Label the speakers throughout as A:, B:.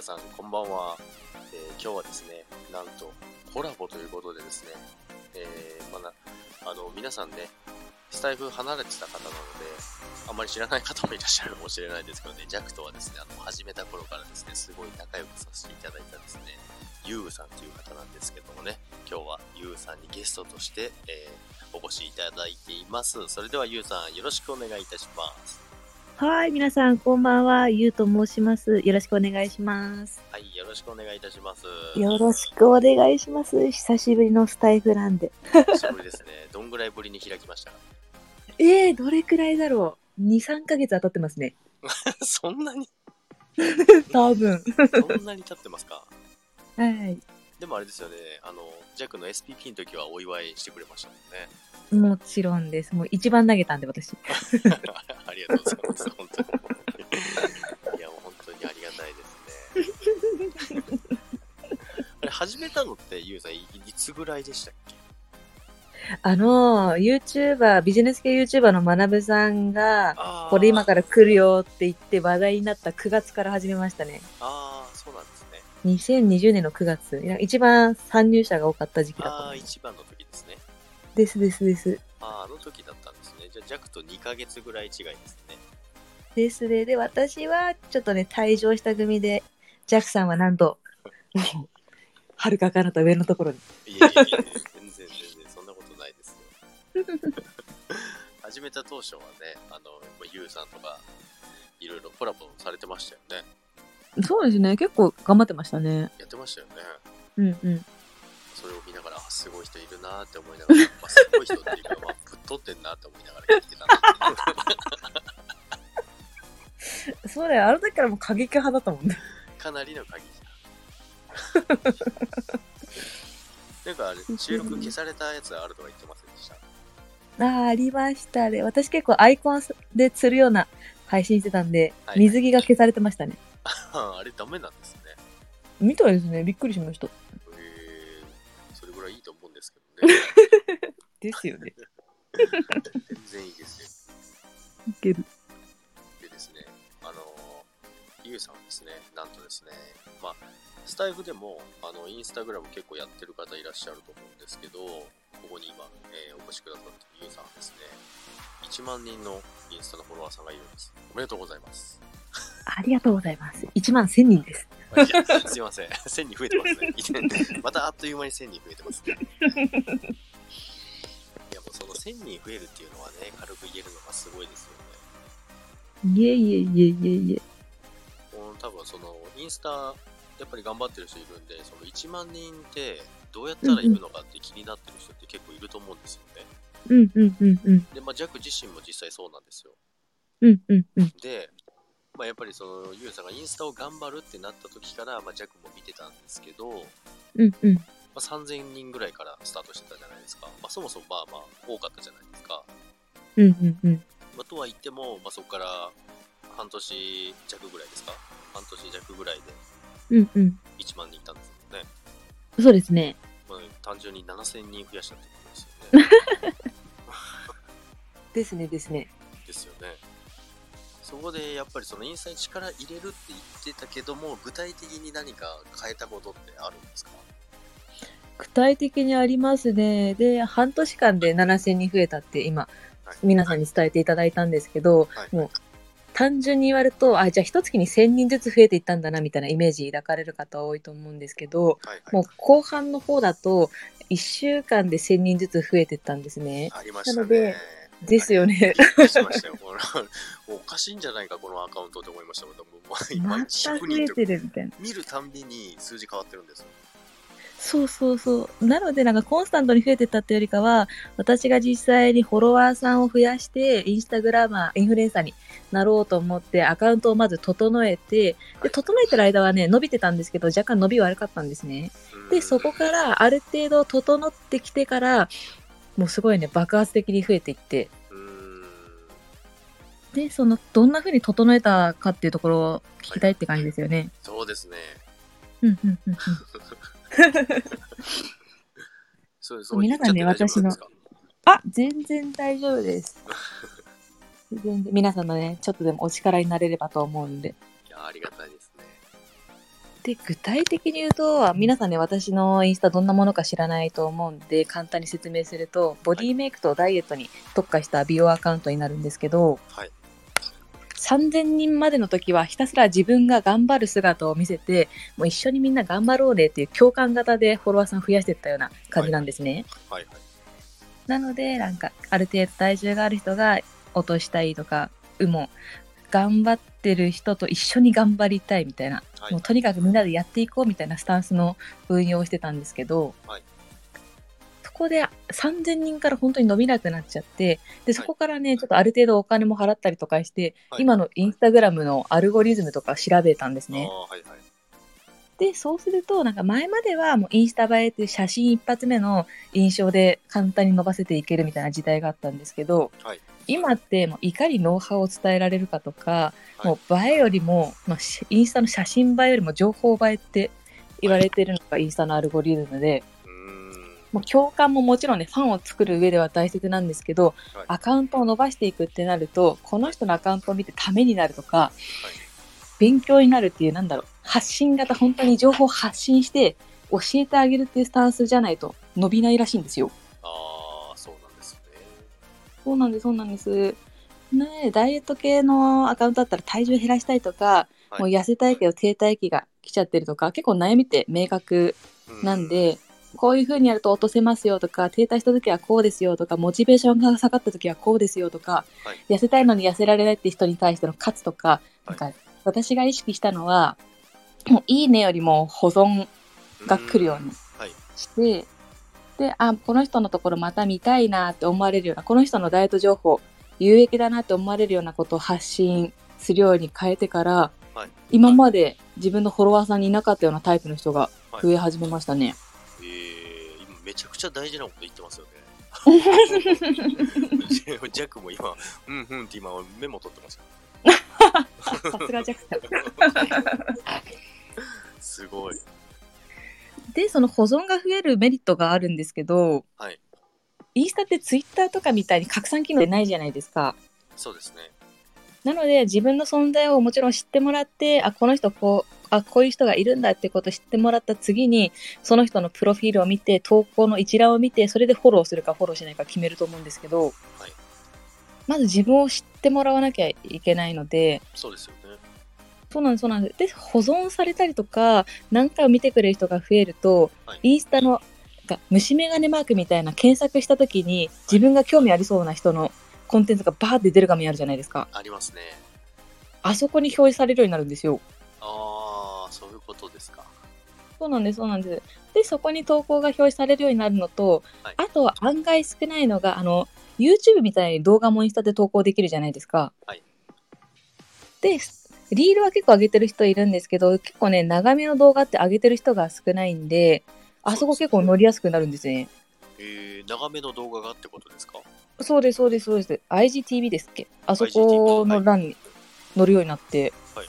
A: さんこんばんは、えー今日はですねなんとコラボということでですね、えーまあなあの皆さんねスタイフ離れてた方なのであまり知らない方もいらっしゃるかもしれないですけどねジャクとはですねあの始めた頃からですねすごい仲良くさせていただいたですねユウさんという方なんですけどもね今日はユウさんにゲストとして、えーお越しいただいていますそれではユウさんよろしくお願いいたします
B: はい、皆さん、こんばんは。ゆうと申します。よろしくお願いします。
A: はいよろしくお願いいたします
B: よろしくお願いします。久しぶりのスタイフなんで。
A: 久しぶりですね。どんぐらいぶりに開きましたか
B: えー、どれくらいだろう ?2、3ヶ月当たってますね。
A: そんなに、
B: 多分。
A: そんなに経ってますか
B: はい。
A: でもあれですよね、あの、ジャックの SPP の時はお祝いしてくれましたもんね。
B: もちろんです。もう一番投げたんで、 私。
A: ありがとうございます、本当に。いや、もう本当にありがたいですね。あれ、始めたのって、ユウさん、いいつぐらいでしたっけ
B: あのー、YouTuber、ビジネス系 YouTuber のまなぶさんが、
A: あー
B: これ今から来るよって言って話題になった9月から始めましたね。
A: あー、そうなんですね。
B: 2020年の9月。一番参入者が多かった時期だった
A: あ
B: の
A: あ、一番の時ですね。
B: ですですです。
A: ああ、あの時だったんですね。じゃあ、ジャックと2ヶ月ぐらい違いですね。
B: ですね。で、私はちょっとね、退場した組で、ジャックさんはなんと、もうはるか彼方上のところに。
A: いえいえいえ、全然全然そんなことないですよ。始めた当初はね、あの、ゆうさんとか、いろいろコラボされてましたよね。
B: そうですね。結構頑張ってましたね。
A: やってましたよね。
B: うんうん。
A: それを見ながら、あ、すごい人いるなーって思いながら、まあ、すごい人っていうか、まあ、ぶっ飛ってんなって思いながら聞いてたんです
B: そうだよ。あの時からもう過激派だったもん ね。
A: けど、かなりの鍵なんかあれ、収録消されたやつあるとか言ってませんでした。
B: ああ、ありましたね。私結構アイコンで釣るような配信してたんで、
A: はい
B: 水着が消されてましたね。
A: ああれ、ダメなんですね。
B: 見たいですね。びっくりしました。
A: えー、それぐらいいいと思うんですけどね。
B: ですよね。
A: 全然いいですよ。
B: いける。
A: でですね、あの、ゆうさんはですね、なんとですね、まあ、スタイフでも、あの、インスタグラム結構やってる方いらっしゃると思うんですけど、ここに今、えーお越しくださってるゆうさんはですね、1万人のインスタのフォロワーさんがいるんです。おめでとうございます。
B: ありがとうございます。1万1000人です。
A: あ いやすいません、1000人増 えて ますね。またあっという間に1000人増えて ますね。いや、もうその1000人増えるっていうのはね、軽く言えるのがすごいですよね。
B: いえいえいえいえいえ。
A: この多分そのインスタやっぱり頑張ってる人いるんでその1万人ってどうやったらいるのかって気になってる人って結構いると思うんですよね。
B: うんうんうんうん。
A: で、まあ、ジャック自身も実際そうなんですよ。
B: うんうんうん。
A: で、まあ、やっぱりそのユウさんがインスタを頑張るってなった時から、まあ、ジャックも見てたんですけど、ま
B: うんうん。
A: あ、3000人ぐらいからスタートしてたじゃないですか。まあ、そもそもまあまあ多かったじゃないですか。
B: うんうんうん。
A: まあ、とは言っても、まあ、そこから半年弱ぐらいですか。半年弱ぐらいで
B: うんうん。
A: 1万人いたんですもんね。
B: そうですね。
A: まあ、単純に7000人増やしたってことですよ ね。
B: ですねですね。
A: ですよね。そこでやっぱりそのインスタに力入れるって言ってたけども、具体的に何か変えたことってあるんですか
B: 具体的にありますね。で、半年間で7000人増えたって今、
A: はい
B: 皆さんに伝えていただいたんですけど、
A: はい
B: もう単純に言われると、あ、じゃあ一月に1000人ずつ増えていったんだなみたいなイメージ抱かれる方多いと思うんですけど、
A: はいは
B: もう後半の方だと、1週間で1000人ずつ増えていったんですね。
A: ありました
B: なので
A: ね。
B: ですよね
A: びっくりしましたよ。この おかしいんじゃないか、このアカウントって思いましたもん。もう今、
B: また
A: 100
B: 増
A: 人
B: え
A: と
B: てるみたいな。
A: 見るたんびに数字変わってるんですよ。
B: そうそうそう。なので、なんかコンスタントに増えてったっていうよりかは、私が実際にフォロワーさんを増やして、インスタグラマー、インフルエンサーになろうと思って、アカウントをまず整えて、で、整えてる間はね、伸びてたんですけど、若干伸び悪かったんですね。
A: うん
B: で、そこからある程度整ってきてから、もうすごいね、爆発的に増えていって、
A: うーん。
B: で、その、どんな風に整えたかっていうところを聞きたいって感じですよね。
A: そうですね。
B: うんうんうんうん。
A: そうそう
B: 皆さんね
A: 言っちゃって大丈夫なんですか
B: あ、全然大丈夫です。全然皆さんのね、ちょっとでもお力になれればと思うんで。
A: いや、ありがたいですね。
B: で、具体的に言うと、皆さんね、私のインスタどんなものか知らないと思うんで、簡単に説明すると、ボディメイクとダイエットに特化した美容アカウントになるんですけど、
A: はい
B: 3000人までの時はひたすら自分が頑張る姿を見せて、もう一緒にみんな頑張ろうねっていう共感型でフォロワーさん増やしていったような感じなんですね。
A: はいはい。
B: なので、なんか、ある程度体重がある人が落としたいとか、うも、頑張ってる人と一緒に頑張りたいみたいな、
A: はい
B: もうとにかくみんなでやっていこうみたいなスタンスの運用をしてたんですけど、
A: はい
B: そこで3000人から本当に伸びなくなっちゃって、で、そこからね、
A: い
B: ちょっとある程度お金も払ったりとかして、
A: はい
B: 今のインスタグラムのアルゴリズムとか調べたんです
A: ああー、
B: ね。
A: はいはい。
B: で、そうすると、なんか前まではもうインスタ映えっていう写真一発目の印象で簡単に伸ばせていけるみたいな時代があったんですけど、
A: はい
B: 今ってもういかにノウハウを伝えられるかとか、
A: はい
B: もう映えよりも、まあ、しインスタの写真映えよりも情報映えって言われてるのがインスタのアルゴリズムで、
A: うーん。
B: もう共感ももちろんね、ファンを作る上では大切なんですけど、
A: はい
B: アカウントを伸ばしていくってなると、この人のアカウントを見てためになるとか、勉強になるっていう、なんだろう、発信型、本当に情報を発信して、教えてあげるっていうスタンスじゃないと伸びないらしいんですよ。
A: ああ、そうなんですね。
B: そうなんです、そうなんです。ねえダイエット系のアカウントだったら体重減らしたいとか、
A: はい
B: もう痩せたいけど停滞期が来ちゃってるとか、結構悩みって明確
A: う
B: なん、で、こういう風にやると落とせますよとか、停滞した時はこうですよとか、モチベーションが下がった時はこうですよとか、
A: はい
B: 痩せたいのに痩せられないって人に対しての価値とか、
A: はい
B: なんか私が意識したのは、もういいねよりも保存が来るように
A: はい
B: して、で、あ、この人のところまた見たいなって思われるような、この人のダイエット情報、有益だなって思われるようなことを発信するように変えてから、
A: はい
B: 今まで自分のフォロワーさんにいなかったようなタイプの人が増え始めましたね。
A: えー、今めちゃくちゃ大事なこと言ってますよ ね。ジャックも今、うんうんって今メモ取ってました。
B: さすがジャックさん。
A: すごい。
B: で、その保存が増えるメリットがあるんですけど、
A: はい
B: インスタってツイッターとかみたいに拡散機能ってないじゃないですか。
A: そうですね。
B: なので自分の存在をもちろん知ってもらってあこの人こうあこういう人がいるんだってことを知ってもらった次にその人のプロフィールを見て投稿の一覧を見てそれでフォローするかフォローしないか決めると思うんですけど、
A: はい
B: まず自分を知ってもらわなきゃいけないので
A: そうですよね。
B: そうなんですそうなんですで保存されたりとか何回も見てくれる人が増えると、
A: はい
B: インスタのが虫眼鏡マークみたいな検索した時に自分が興味ありそうな人のコンテンツがバーって出る画面あるじゃないですか。
A: ありますね。
B: あそこに表示されるようになるんですよ。
A: ああ、そういうことですか。
B: そうなんです、そうなんです。で、そこに投稿が表示されるようになるのと、
A: はい
B: あとは案外少ないのが、あの、YouTube みたいに動画もインスタで投稿できるじゃないですか。
A: はい
B: で、リールは結構上げてる人いるんですけど、結構ね、長めの動画って上げてる人が少ないんで、あそこ結構乗りやすくなるんですね。
A: えー、長めの動画がってことですか
B: そうです、そうです、そうです。IGTV ですっけあそこの欄に乗るようになって。
A: はい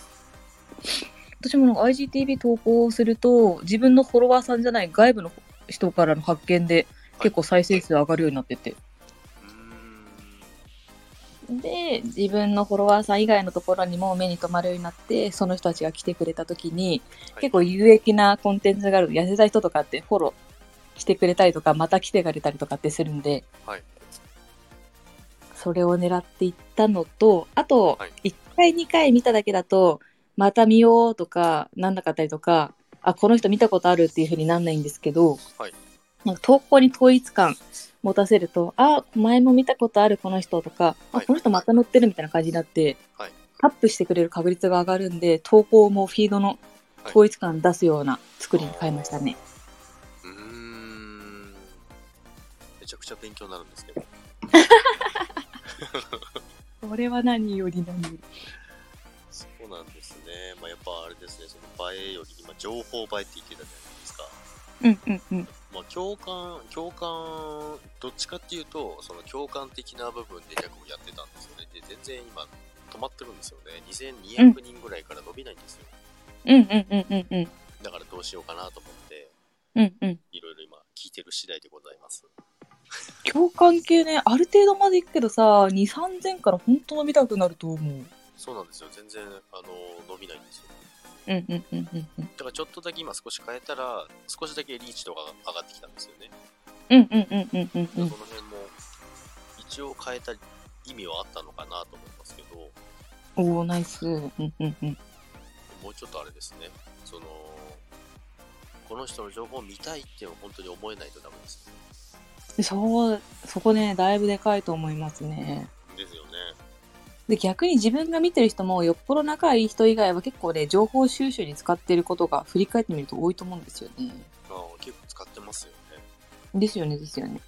B: 私もなんか IGTV 投稿すると、自分のフォロワーさんじゃない外部の人からの発見で、結構再生数上がるようになってて。
A: うーん。
B: で、自分のフォロワーさん以外のところにも目に留まるようになって、その人たちが来てくれた時に、
A: はい
B: 結構有益なコンテンツがあると、痩せた人とかってフォローしてくれたりとか、また来てくれたりとかってするんで、
A: はい
B: それを狙っていったのと、あと
A: はい、
B: 1回、2回見ただけだと、また見ようとか、なんなかったりとか、あ、この人見たことあるっていうふうになんないんですけど、
A: はい
B: なんか投稿に統一感持たせると、あ、前も見たことあるこの人とか、あ、
A: はい
B: この人また乗ってるみたいな感じになって、
A: はい
B: タップしてくれる確率が上がるんで、投稿もフィードの統一感出すような作りに変えましたね。
A: うーん。めちゃくちゃ勉強になるんですけど。
B: これは何より何より。
A: そうなんですね。まあ、やっぱあれですね、その映えより今、情報映えって言ってたじゃないですか。
B: うんうんうん。
A: まあ、共感、共感、どっちかっていうと、その共感的な部分で逆をやってたんですよね。で、全然今、止まってるんですよね。2200人ぐらいから伸びないんですよ。
B: うんうんうんうんうん。
A: だからどうしようかなと思って、
B: うんうん。
A: いろいろ今、聞いてる次第でございます。
B: 共感系ね、ある程度までいくけどさ、2、3000から本当伸びたくなると思う。
A: そうなんですよ。全然、あの、伸びないんですよ。
B: うんうんうんうんうん
A: だからちょっとだけ今少し変えたら、少しだけリーチとかが上がってきたんですよね。
B: うんうんうんうんうん
A: そ
B: うん
A: の辺も、一応変えた意味はあったのかなと思いますけど、
B: おおナイスうんうんうん
A: もうちょっとあれですね、その、この人の情報を見たいっていうのを本当に思えないとダメです。
B: そうそこねだいぶでかいと思いますね
A: ですよね。
B: で逆に自分が見てる人もよっぽど仲いい人以外は結構ね情報収集に使ってることが振り返ってみると多いと思うんですよね
A: まあ、結構使ってますよね。
B: ですよねですよね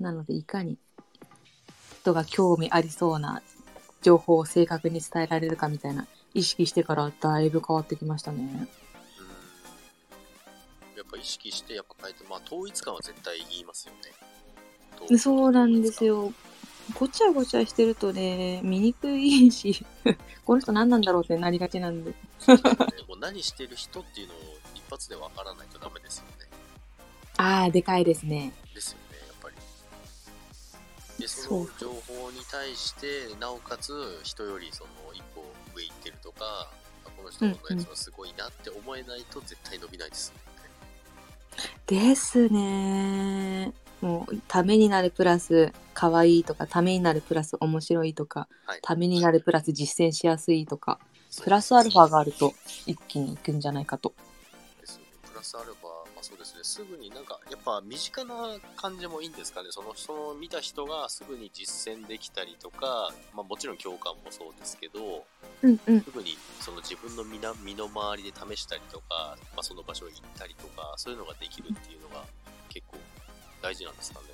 A: うん
B: なのでいかに人が興味ありそうな情報を正確に伝えられるかみたいな意識してからだいぶ変わってきましたね
A: うんやっぱ意識してやっぱ変えて、まあ統一感は絶対言いますよね。
B: そうなんです。よごちゃごちゃしてるとね見にくいし この人何なんだろうってなりがちなんで
A: もう何してる人っていうのを一発でわからないとダメですよね。
B: ああでかいですね
A: ですよね、やっぱり。で、その情報に対して、なおかつ人よりその一歩上行ってるとか、あこの人のやつはすごいなって思えないと絶対伸びないですよね。
B: ですねもうためになるプラス可愛いとかためになるプラス面白いとか
A: はい。
B: ためになるプラス実践しやすいとか
A: そう
B: プラスアルファがあると一気にいくんじゃないかと
A: ですよねプラスアルファ、まあ、そうですね、すぐになんか、やっぱ身近な感じもいいんですかね、そのその見た人がすぐに実践できたりとか、まあ、もちろん共感もそうですけど、
B: うんうん
A: すぐにその自分の身な身の回りで試したりとか、まあ、その場所に行ったりとか、そういうのができるっていうのが結構大事なんですかね。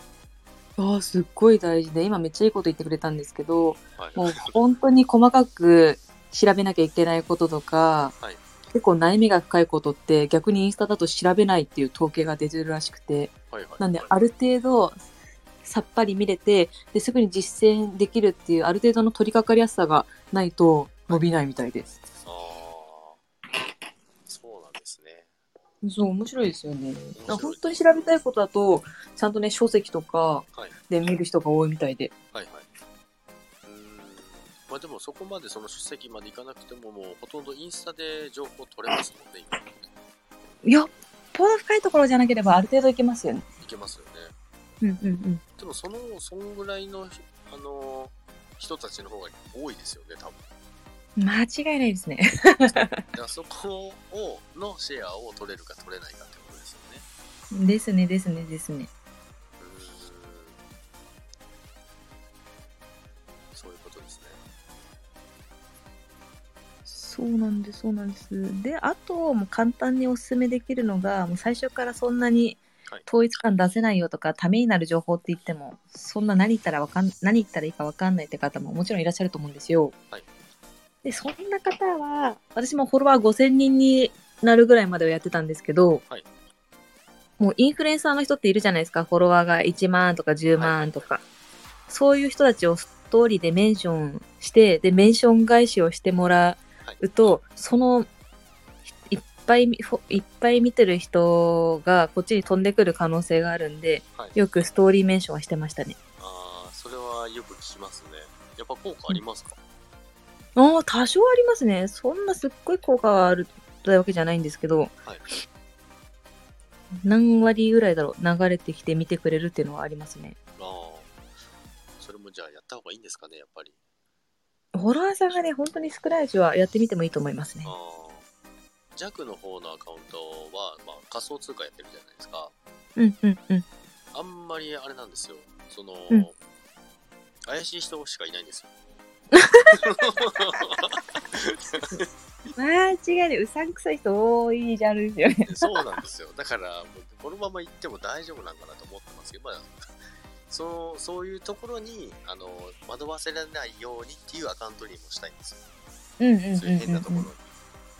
B: ああすっごい大事で今めっちゃいいこと言ってくれたんですけど
A: はい、
B: もう本当に細かく調べなきゃいけないこととか、
A: はい
B: 結構悩みが深いことって逆にインスタだと調べないっていう統計が出てるらしくて
A: はいはい
B: なんで
A: はい
B: ある程度さっぱり見れてですぐに実践できるっていうある程度の取り掛かりやすさがないと伸びないみたいです。
A: あーそうなんですね。
B: そう面白いですよね
A: 白い
B: 本当に調べたいことだとちゃんとね書籍とか
A: はい
B: で見る人が多いみたいで
A: はいはい。うーん。まあでもそこまでその出席までいかなくてももうほとんどインスタで情報取れますもんね、今。
B: よっぽど深いところじゃなければある程度いけますよね。
A: いけますよね。
B: うんうんうん、
A: でもその、そんぐらいの、あの、人たちの方が多いですよね、多分。
B: 間違いないですね。
A: であそこを、のシェアを取れるか取れないかってことですよね。
B: ですねですねですね。
A: うーん。そういうことですね。
B: そうなんですそうなんです。であともう簡単におすすめできるのがもう最初からそんなに
A: はい
B: 統一感出せないよとかためになる情報って言ってもそんな何言ったらわかん何言ったらいいかわかんないって方ももちろんいらっしゃると思うんですよ。
A: はい
B: でそんな方は私もフォロワー5,000人になるぐらいまではやってたんですけど、
A: はい
B: もうインフルエンサーの人っているじゃないですかフォロワーが1万とか10万とか、そういう人たちをストーリーでメンションしてでメンション返しをしてもらうと、そのいっぱいみフォいっぱい見てる人がこっちに飛んでくる可能性があるんで
A: はい。
B: よくストーリーメンションはしてましたね。
A: ああ、それはよく聞きますね。やっぱ効果ありますか、
B: ああ多少ありますねそんなすっごい効果があるというわけじゃないんですけど、
A: はい
B: 何割ぐらいだろう流れてきて見てくれるっていうのはありますね。
A: ああ。それもじゃあやった方がいいんですかね、やっぱり。
B: フォロワーさんがね本当に少ないうちはやってみてもいいと思いますね。
A: あージャクの方のアカウントは、まあ、仮想通貨やってるじゃないですか。
B: うんうん うん。
A: あんまりあれなんですよ。その、
B: うん
A: 怪しい人しかいないんです よ。
B: 間違いでうさんくさい人多いジャンルですよね。
A: そうなんですよ。だから、もうこのまま行っても大丈夫なんかなと思ってますけど、まあ、そのそういうところにあの惑わせられないようにっていうアカウントにもしたいんですよ。
B: うんうんうん
A: そういう変なところに。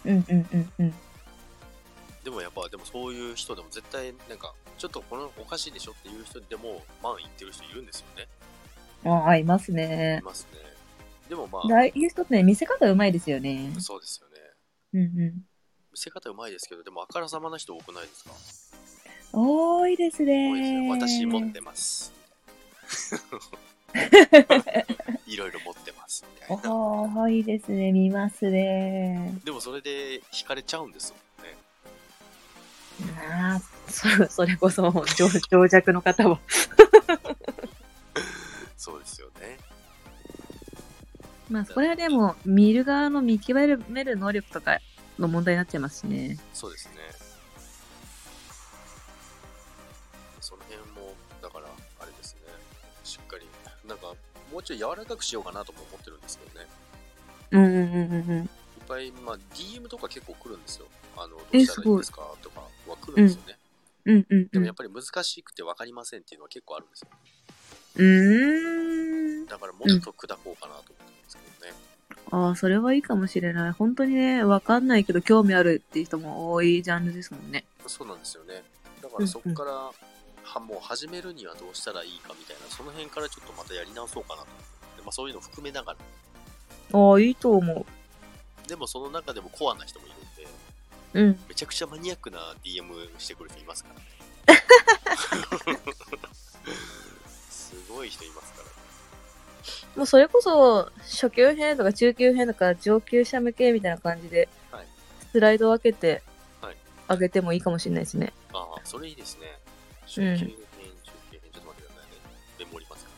B: うんうんうんうん。
A: でもやっぱ、でもそういう人でも絶対、なんか、ちょっとこのおかしいでしょっていう人でも、まあ言ってる人いるんですよね。
B: ああ、います
A: い
B: ね。
A: ますね。でもま
B: あ
A: あ、
B: あいう人ってね、見せ方うまいですよね。
A: そうですよね。
B: うんうん。
A: 見せ方うまいですけど、でもあからさまな人多くないですか
B: 多いですね。
A: 多いですね。私持ってます。 いろいろ持ってますみたいな。
B: おー、いいですね。見ますね。
A: でもそれで惹かれちゃうんですよね。
B: ああ、そ れ、それこそ、情情弱の方は。
A: そうですよね。
B: まあ、これはでも、見る側の見極める能力とかの問題になっちゃいますしね。
A: そうですね。その辺も、だから、あれですね。しっかり、なんか、もうちょい柔らかくしようかなとも思ってるんですけどね。
B: うんうんうんうんう
A: い
B: ん。
A: っぱい、まあ、DM とか結構来るんですよ。あの、どう
B: え
A: したらいいですかとかは来るんですよね。
B: うんうん
A: で
B: う
A: も
B: ん
A: やっ。ぱり難しくて分かりませんっていうのは結構あるんですよ。
B: うーん。
A: だからもっと砕こうかなと思ってるんですけどね。
B: ああ、それはいいかもしれない。本当にね、わかんないけど興味あるっていう人も多いジャンルですもんね。
A: そうなんですよね。だからそこから、はもう始めるにはどうしたらいいかみたいな、その辺からちょっとまたやり直そうかなと思って。まあそういうの含めながら。
B: ああ、いいと思
A: でもその中でもコアな人もいるんで、
B: う。うん。
A: めちゃくちゃマニアックな DM してくる人いますからね。すごい人いますからね。
B: もうそれこそ、初級編とか中級編とか上級者向けみたいな感じで
A: はい、
B: スライド分けて
A: はい、
B: あげてもいいかもしれないですね。
A: ああ、それいいですね。初級
B: うん
A: 編、中級編、ちょっと待ってくださいね。メモりますか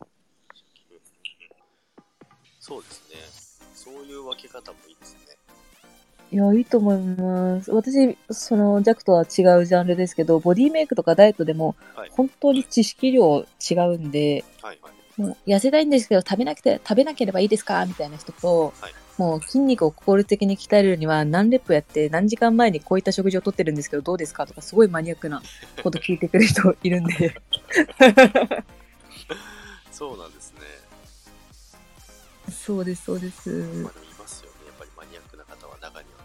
A: ら。初級編そうですね。そういう分け方もいいですね。
B: いや、いいと思います。私、その、弱とは違うジャンルですけど、ボディメイクとかダイエットでも
A: はい、
B: 本当に知識量違うんで、
A: はいはい。
B: もう痩せたいんですけど、食べなくて、食べなければいいですかみたいな人と、
A: はい
B: もう筋肉を効率的に鍛えるには、何レップやって、何時間前にこういった食事をとってるんですけど、どうですかとか、すごいマニアックなこと聞いてくる人いるんで。
A: そうなんですね。
B: そうです、そうです
A: まあ。でもいますよね。やっぱりマニアックな方は中には。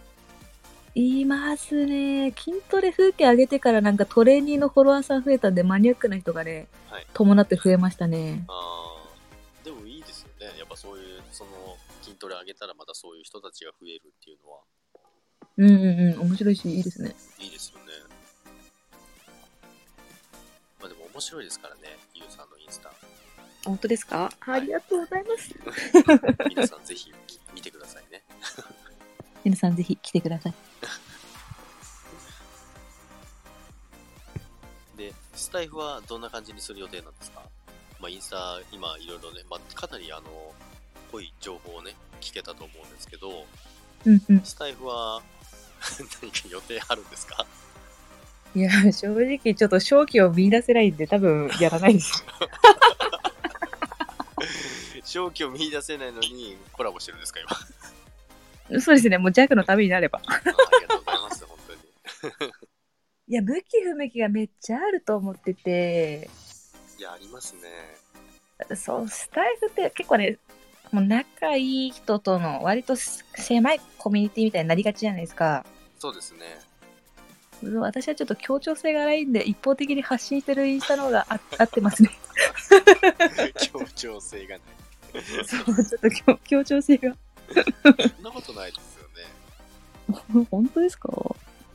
B: いますね。筋トレ風景上げてからなんかトレーニーのフォロワーさん増えたんで、マニアックな人がね、
A: はい
B: 伴って増えましたね。
A: ああ、でもいいですよね。やっぱそういう、その筋トレ上げたらまたそういう人たちが増えるっていうのは、
B: うんうんうん、面白いし、いいですね。
A: いいですよね。まあでも面白いですからね、ゆうさんのインスタ。
B: 本当ですかありがとうございます。
A: 皆さんぜひ見てくださいね。
B: 皆さんぜひ来てください。
A: で、スタイフはどんな感じにする予定なんですかまあ、インスタ、今いろいろね、まあ、かなりあの、濃い情報をね、聞けたと思うんですけど、
B: うんうん。
A: スタイフは 何か予定あるんですか
B: いや、正直ちょっと正気を見出せないんで、多分やらないです。
A: 正気を見出せないのにコラボしてるんですか今。 あ
B: そうですね、もう弱のためになれば。
A: ありがとうございます、本当に。
B: いや、向き不向きがめっちゃあると思ってて、
A: いや、ありますね。
B: そう、スタイフって結構ね、もう仲いい人との割と狭いコミュニティみたいになりがちじゃないですか。
A: そうですね。
B: 私はちょっと協調性がないんで、一方的に発信してるインスタの方があ合ってますね。
A: 協調性がない。
B: そう、ちょっと協協調性が。
A: そんなことないですよね。
B: 本当ですか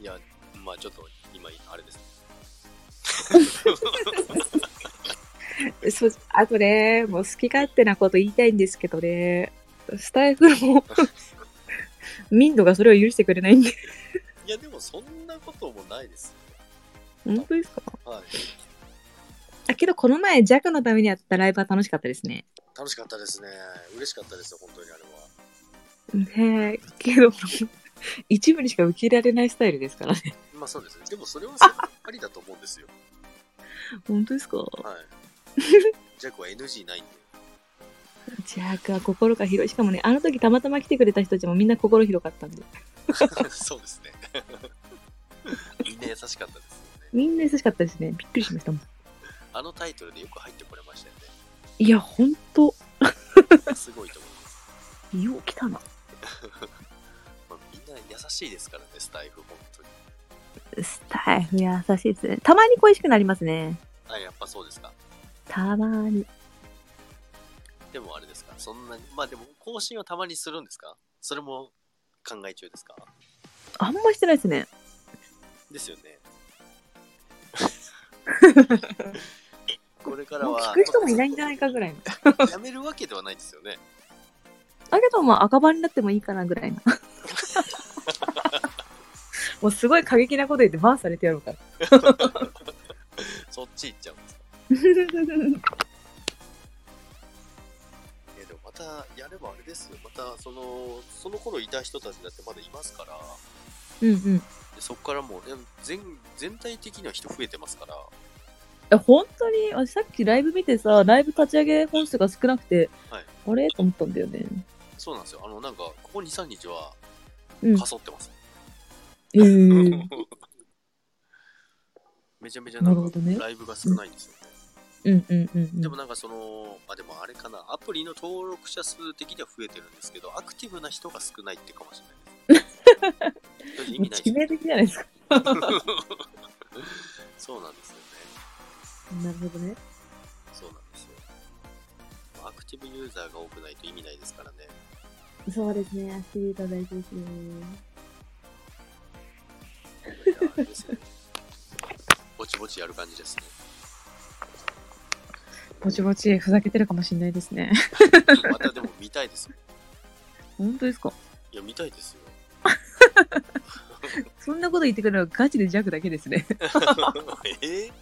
A: いや、まあちょっと今、あれですね。
B: そう、あとね、もう好き勝手なこと言いたいんですけどね、スタイフも、 民度がそれを許してくれないんで。
A: いや、でもそんなこともないです
B: 本当ですか
A: よ。はい。
B: あけど、この前、ジャクのためにやったライブは楽しかったですね。
A: 楽しかったですね。嬉しかったですよ、本当にあれは。
B: ねえ、けど、一部にしか受け入れられないスタイルですからね。
A: まあそうですね。でもそれはそれはありだと思うんですよ。
B: 本当ですか
A: はい。ジャックは NG ないんで。
B: ジャクは心が広い。しかもね、あの時たまたま来てくれた人たちもみんな心広かったんで。
A: そうです ね。みんな優しかったですよね。
B: みんな優しかったですね。びっくりしましたもん。
A: あのタイトルでよく入ってこれましたよね
B: いや、ほんと、。
A: すごいと思います。
B: よう来た
A: ま
B: な。
A: あ、みんな優しいですからね、スタイフ、本当に。
B: スタイフ優しいですね。たまに恋しくなりますね。
A: あ、やっぱそうですか。
B: たまに。
A: でもあれですか、そんなに、まあでも更新はたまにするんですかそれも考え中ですか
B: あんましてないですね。
A: ですよね。これれから
B: もう
A: は
B: 聞く人もいないんじゃないかぐらいの。
A: やめるわけではないですよね。
B: だけどもう赤羽になってもいいかな ぐらいな。もうすごい過激なこと言ってバーンされてやろう から。
A: そっち行っちゃうんですか。えでもまたやればあれですよ。またその、その頃いた人たちだってまだいますから、
B: うんうん。
A: でそこからもう、いや全、全体的には人増えてますから、
B: え本当に私さっきライブ見てさライブ立ち上げ本数が少なくて、
A: はい
B: あれと思ったんだよね
A: そうなんですよ。あの、なんか、ここ2、3日は、
B: うん
A: かそってます。
B: えー、
A: めちゃめちゃな
B: なる
A: ん
B: ほ
A: か、
B: どね
A: ライブが少ないんですよね。
B: うんうんうんうん
A: でもなんかその、あ、でもあれかな、アプリの登録者数的には増えてるんですけど、アクティブな人が少ないってかもしれないです。 意味ない
B: 致命的じゃないですか
A: そうなんですよね。
B: なるほどね
A: そうなんですよ。アクティブユーザーが多くないと意味ないですからね。
B: そうですねアスリート大事ですね
A: いやあれですね。ぼちぼちやる感じですね。
B: ぼちぼちふざけてるかもしれないですね
A: またでも見たいですよ。
B: 本当ですか
A: いや、見たいですよ。
B: そんなこと言ってくれるのガチで弱だけです ね
A: えー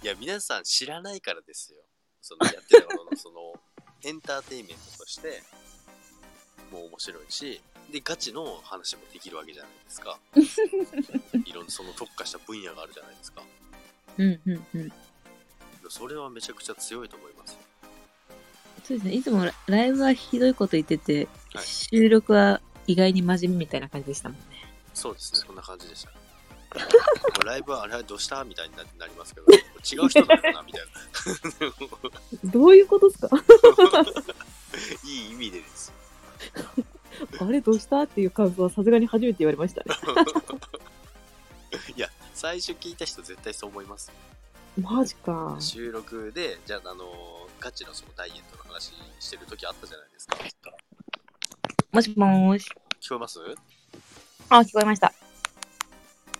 A: いや、皆さん知らないからですよ。そのやってるものの、その、エンターテインメントとして、もう面白いし、で、ガチの話もできるわけじゃないですか。いろんな、その特化した分野があるじゃないですか。
B: うんうんうん
A: それはめちゃくちゃ強いと思います。
B: そうですねいつもライブはひどいこと言ってて、
A: はい
B: 収録は意外に真面目みたいな感じでしたもんね
A: そうですね、そんな感じでした。 もうライブはあれどうしたみたいにななりますけど、違う人だよな、みたいな。
B: どういうことですか
A: い い意味でです。
B: あれどうしたっていう感想はさすがに初めて言われま したね
A: いや、最初聞いた人絶対そう思います。
B: マジか。
A: 収録で、じゃあ、あのガチのそのダイエットの話してる時あったじゃないですか。
B: もしもーし。
A: 聞こえます
B: あ、聞こえました。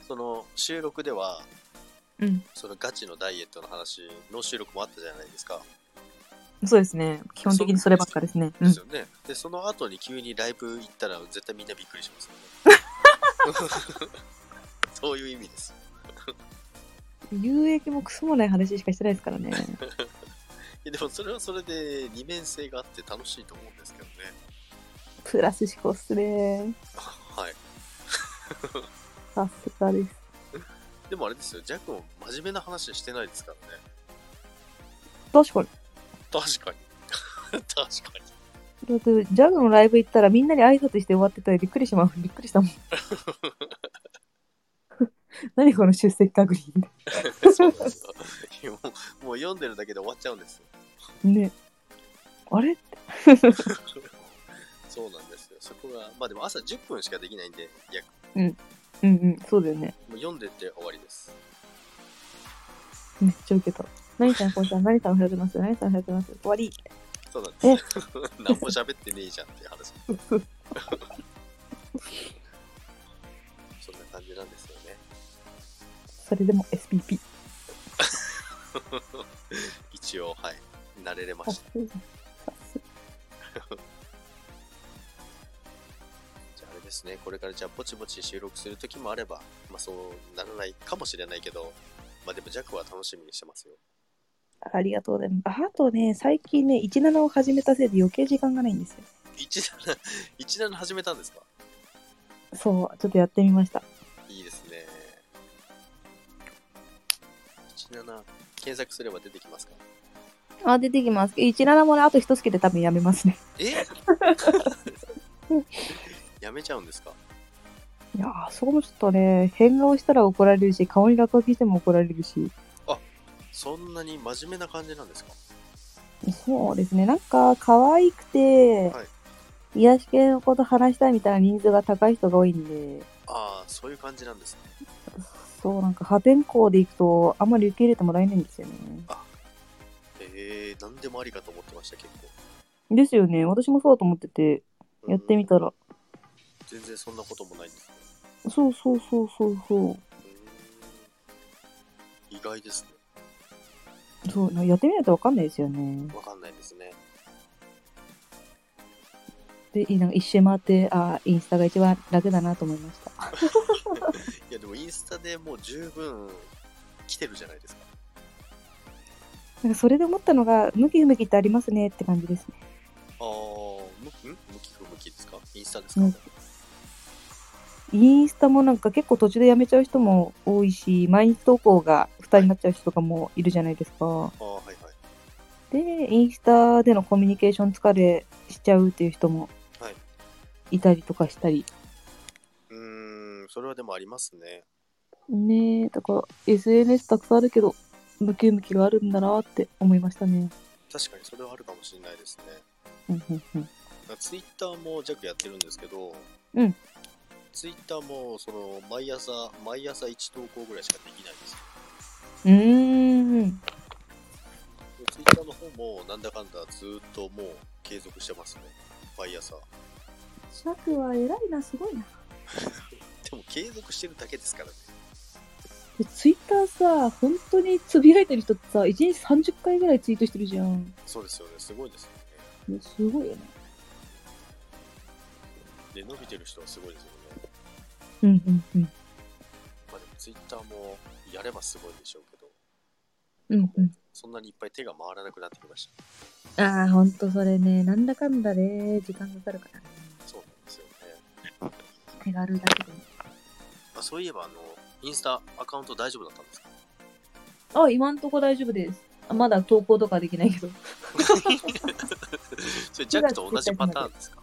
A: その収録では、
B: うん。
A: そのガチのダイエットの話の収録もあったじゃないですか。
B: そうですね。基本的にそればっかですね。う
A: で
B: ん
A: す。よね。で、その後に急にライブ行ったら絶対みんなびっくりしますよ ね。そういう意味です。
B: 有益もクソもない話しかしてないですからね。
A: いやでもそれはそれで二面性があって楽しいと思うんですけどね。
B: プラス思考っすね。
A: はい。
B: さすがです。
A: でもあれですよ、ジャックも真面目な話してないですからね。
B: 確かに。
A: 確かに。確かに。
B: だって、ジャグのライブ行ったらみんなに挨拶して終わってたらびっくりしま、びっくりしたも ん。何この出席確認。
A: そうなんですよいやもうもう読んでるだけで終わっちゃうんですよ。
B: ね。あれ
A: そうなんですよ。そこが、まあでも朝10分しかできないんで、いや、
B: うんうん、そうだよね。
A: もう読んでって終わりです。
B: めっちゃウケた。何さん、こんちゃん、何さん触れてます何さん触れてます終わり。
A: そうなんです。 何も喋ってねえじゃんっていう話。 そんな感じなんですよね。
B: それでも SPP。
A: 一応、はい。慣れれま
B: さ
A: し
B: す
A: た。
B: がさす
A: じゃああれですね、これからじゃあぼちぼち収録する時もあれば、まあそうならないかもしれないけど、まあでもジャックは楽しみにしてますよ。
B: がありがとうございます。あとね、最近ね、17を始めたせいで余計時間がないんですよ。
A: 17、17始めたんですか
B: そう、ちょっとやってみました。
A: いいですね。17、検索すれば出てきますか
B: あ、出てきます。17もね、あと一つけて多分やめますね。
A: え やめちゃうんですか
B: いやー、そこもちょっとね、変顔したら怒られるし、顔に落書きしても怒られるし、
A: そんなに真面目な感じなんですか
B: そうですね、なんか、可愛くて、
A: は
B: 癒し系のこと話したいみたいな人数が高い人が多いんで、
A: ああ、そういう感じなんですね。
B: そう、なんか破天荒でいくと、あんまり受け入れてもらえないんですよね。
A: えー、なんでもありかと思ってました、結構。
B: ですよね、私もそうだと思ってて、
A: うん
B: やってみたら、
A: 全然そんなこともないんですね。
B: そうそうそうそうそう。
A: うーん意外ですね。
C: そうなやってみないとわかんないですよね。
A: わかんないですね。
C: で、なんか一周回って、ああ、インスタが一番楽だなと思いました。
A: いや、でもインスタでもう十分来てるじゃないですか。
C: なんかそれで思ったのが、向き不向きってありますねって感じですね。
A: あー、向き、ん向き不向きですかインスタですか、
C: うんインスタもなんか結構途中でやめちゃう人も多いし、毎日投稿が負担になっちゃう人とかもいるじゃないですか。
A: あー、はいはい。
C: で、インスタでのコミュニケーション疲れしちゃうっていう人も
A: はい
C: いたりとかしたり。
A: うーん、それはでもありますね。
C: ねえ、だから SNS たくさんあるけど、ムキムキがあるんだなって思いましたね。
A: 確かにそれはあるかもしれないですね。
C: うんうんうん。
A: ツイッターも弱やってるんですけど、
C: うん
A: ツイッターもその毎朝、毎朝1投稿ぐらいしかできないんですよ。
C: うーん。
A: でツイッターの方もなんだかんだずーっともう継続してますね。毎朝。
C: シャクは偉いな、すごいな。
A: でも継続してるだけですからね。
C: ツイッターさ、本当につぶやいてる人ってさ、1日30回ぐらいツイートしてるじゃん。
A: そうですよね。すごいですよ
C: ねすごいよね。
A: ね。で、伸びてる人はすごいですよね。
C: うんうんうん。
A: まあでもツイッターもやればすごいんでしょうけど、
C: うんうん。
A: そんなにいっぱい手が回らなくなってきました。
B: ああ、ほんとそれね、なんだかんだね、時間かかるからね。
A: そうなんですよね。
B: 手軽だけどね。
A: あそういえば、あの、インスタアカウント大丈夫だったん ですか
B: あ、今んとこ大丈夫です。あまだ投稿とかできないけど。
A: それ、ジャックと同じパターンですか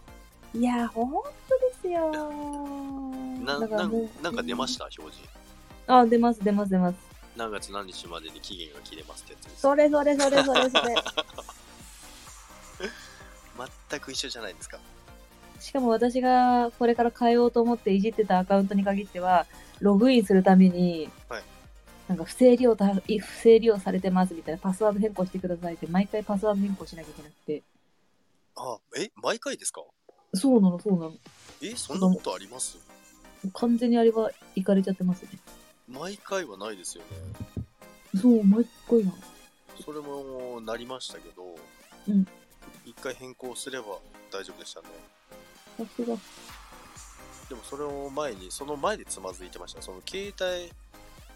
B: いやー、ほんとですよ
A: なな
B: ーだからもうん
A: なんか出ました、表示。
B: あ、出ます、出ます、出ます。
A: 何月何日までに期限が切れますってやつです。
B: それそれそれそれそれ。
A: 全く一緒じゃないですか。
B: しかも私がこれから変えようと思っていじってたアカウントに限っては、ログインするために、
A: はい
B: なんか不正利用だ、い不正利用されてますみたいな、パスワード変更してくださいって、毎回パスワード変更しなきゃいけなくて。
A: あ、え、毎回ですか
B: そうなの、そうなの。
A: え、そんなことあります
B: 完全にあれは行かれちゃってますね。
A: 毎回はないですよね。
B: そう、毎回なの。
A: それもなりましたけど、
B: うん
A: 一回変更すれば大丈夫でしたね。
B: さすが。
A: でもそれを前に、その前でつまずいてました。その携帯、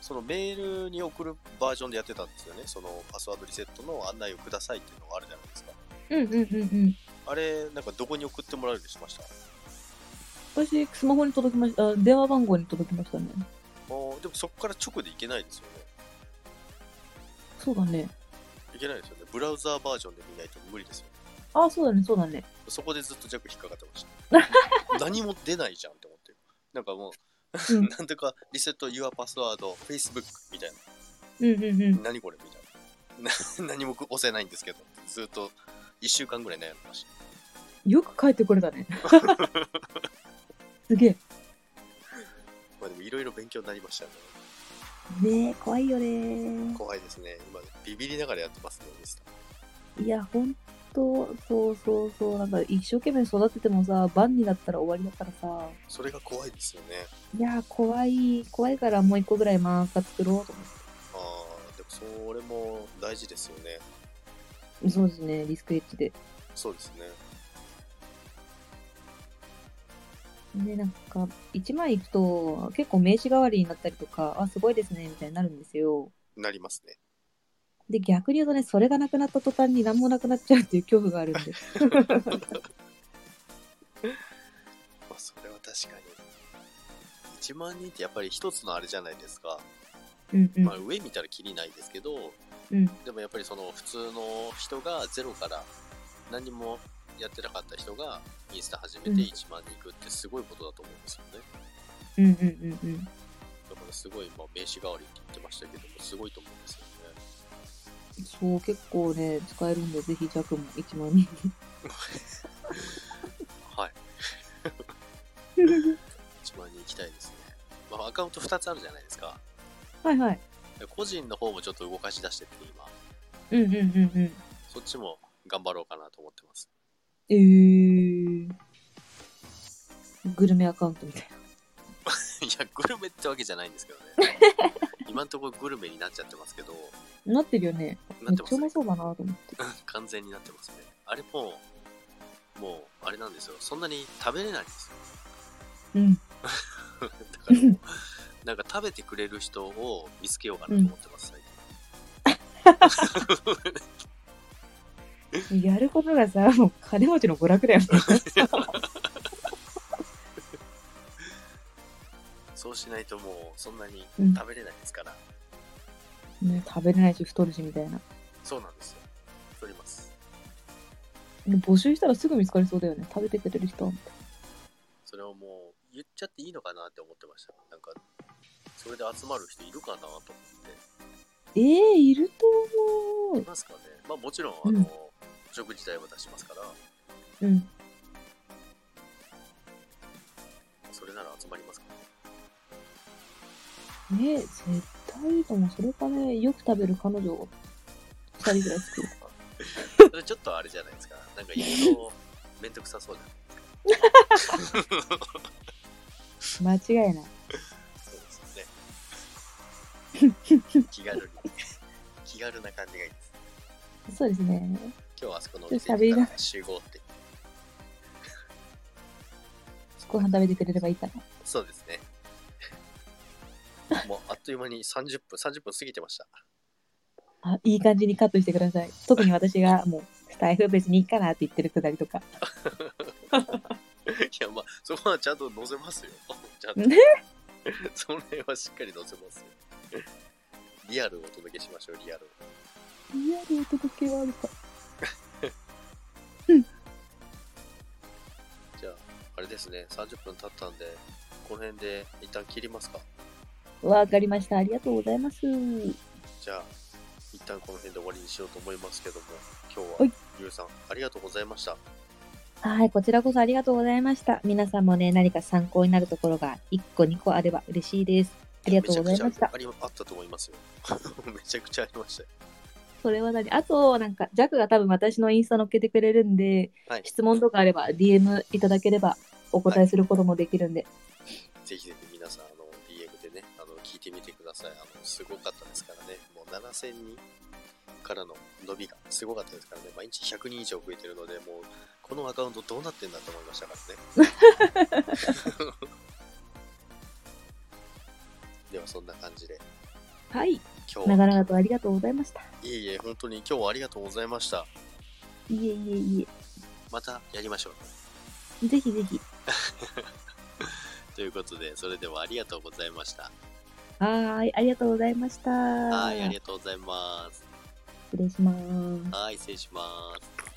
A: そのメールに送るバージョンでやってたんですよね。そのパスワードリセットの案内をくださいっていうのがあるじゃないですか。
B: うんうんうんうん。
A: あれ、なんかどこに送ってもらえるようにしました。
B: 私、スマホに届きました、あ電話番号に届きましたね。
A: おーでもそこから直でいけないですよね。
B: そうだね。
A: いけないですよね。ブラウザーバージョンで見ないと無理ですよね。
B: あ、そうだね、そうだね。
A: そこでずっと弱引っかかってました。 何も出ないじゃんって思って。なんかもう、
B: うん
A: なんとかリセット、Your Password、Facebook みたい
B: うんうんうん
A: な。。何これみたいな。 な何も押せないんですけど、ずっと1週間ぐらい悩んでました。
B: よく帰ってこれ たね。 すげえ。
A: まあでもいろいろ勉強になりましたね。
B: ねえ、怖いよね。
A: 怖いですね。今、ビビりながらやってますね、ミスター
B: いや、ほんと、そうそうそう。なんか、一生懸命育ててもさ、晩になったら終わりだからさ。
A: それが怖いですよね。
B: いや、怖い。怖いからもう一個ぐらい漫画作ろうと思
A: ああ、でもそれも大事ですよね。
B: って。そうですね、リスクエッジで。
A: そうですね。
B: ね、なんか、一枚行くと、結構名刺代わりになったりとか、あ、すごいですね、みたいになるんですよ。
A: なりますね。
B: で、逆に言うとね、それがなくなった途端に何もなくなっちゃうっていう恐怖がある んで。
A: まあ、それは確かに。1万人ってやっぱり一つのあれじゃないですか。
B: うんうん。
A: まあ、上見たらきりないですけど、
B: うん
A: でもやっぱりその普通の人がゼロから何もやってなかった人がインスタ始めて
B: うん
A: 1万人いくってすごいことだと思うんですよね。
B: うんうんうんうん。
A: だからすごい、まあ、名刺代わりって言ってましたけども、すごいと思うんですよね。
B: そう、結構ね、使えるんで、ぜひ、ジャックも一万人に。
A: はい。1万人行きたいですね。まあ、アカウント2つあるじゃないですか。
B: はいはい。
A: で個人の方もちょっと動かし出してて今、
B: うんうんうんうん。
A: そっちも頑張ろうかなと思ってます。
B: えー、グルメアカウントみたい
A: いや、グルメってわけじゃないんですけどね。今んところグルメになっちゃってますけど、
D: なってるよね。
A: な
D: めっ
A: っ
D: てちゃ
A: ます
B: う
A: ね
B: ま。そうだなと思って。
A: 完全になってますね。あれもう、もう、あれなんですよ。そんなに食べれないんですよ。
B: うん。
A: だからもう、 なんか食べてくれる人を見つけようかなと思ってます、最近。
B: やることがさ、もう金持ちの娯楽だよね。
A: そうしないともう、そんなに
B: うん
A: 食べれないですから。
B: ね食べれないし太るしみたいな。
A: そうなんですよ。太ります。
B: で募集したらすぐ見つかりそうだよね。食べてくれる人は。
A: それをもう、言っちゃっていいのかなって思ってました。なんか、それで集まる人いるかなと思って。
B: ええいると思。
A: いうますかね。まあもちろん、あの、
B: うん
A: 食自体は出しますから、
B: うん。
A: それなら集まりますから、
B: ね絶対いいと思う。それかね、よく食べる彼女を二人ぐらい作る。
A: それちょっとあれじゃないですか。なんかいろいろめんどくさそうじゃない
B: 間違い ない。
A: そうですよね。気軽に。 気軽な感じがいいです。
B: そうですね。
A: 今日あそこのお
B: ちょ
A: 店
B: っと喋り
A: 行っ
B: な
A: たら集合って。
B: ご飯食べてくれればいいかな。
A: そうですね。 もうあっという間に30分、30分過ぎてました。
B: あ、いい感じにカットしてください。特に私がもう、スタイフ別にいいかなって言ってるくだりとか。
A: いや、まあ、そこはちゃんと載せますよ。 ちゃんと。
B: ね
A: それはしっかり載せますよ。 リアルをお届けしましょう、リアルを。
B: リアルお届けはあるか。
A: じゃあ、あれですね、30分経ったんで、この辺で一旦切りますか。
B: わかりました。ありがとうございます。
A: じゃあ、一旦この辺で終わりにしようと思いますけども、今日は、
B: はい
A: ゆうさん、ありがとうございました。
B: はい、こちらこそありがとうございました。皆さんもね、何か参考になるところが1個2個あれば嬉しいです。ありがとうございま
A: めちゃ
B: し
A: くちゃ
B: た
A: あ。りあったと思いますよ。 めちゃくちゃありましたよ。
B: それは何あと、なんか、ジャックが多分私のインスタ乗っけてくれるんで、
A: はい
B: 質問とかあれば DM いただければお答えすることもできるんで。
A: ぜひぜひ皆さん、あの、DM でね、あの、聞いてみてください。あの、すごかったですからね。もう7000人からの伸びがすごかったですからね。毎日100人以上増えてるので、もう、このアカウントどうなってんだと思いましたからね。 では、そんな感じで、
B: はい。
A: 今日は
B: 長々とありがとうございました。
A: いえいえ、本当に今日はありがとうございました。
B: いえいえい
A: またやりましょう。
B: え。ぜひぜひ。
A: ということで、それではありがとうございました。
B: はーい。ありがとうございました。
A: はい、あ
B: は
A: りがとうございます。
B: 失礼します。
A: はい、失礼します。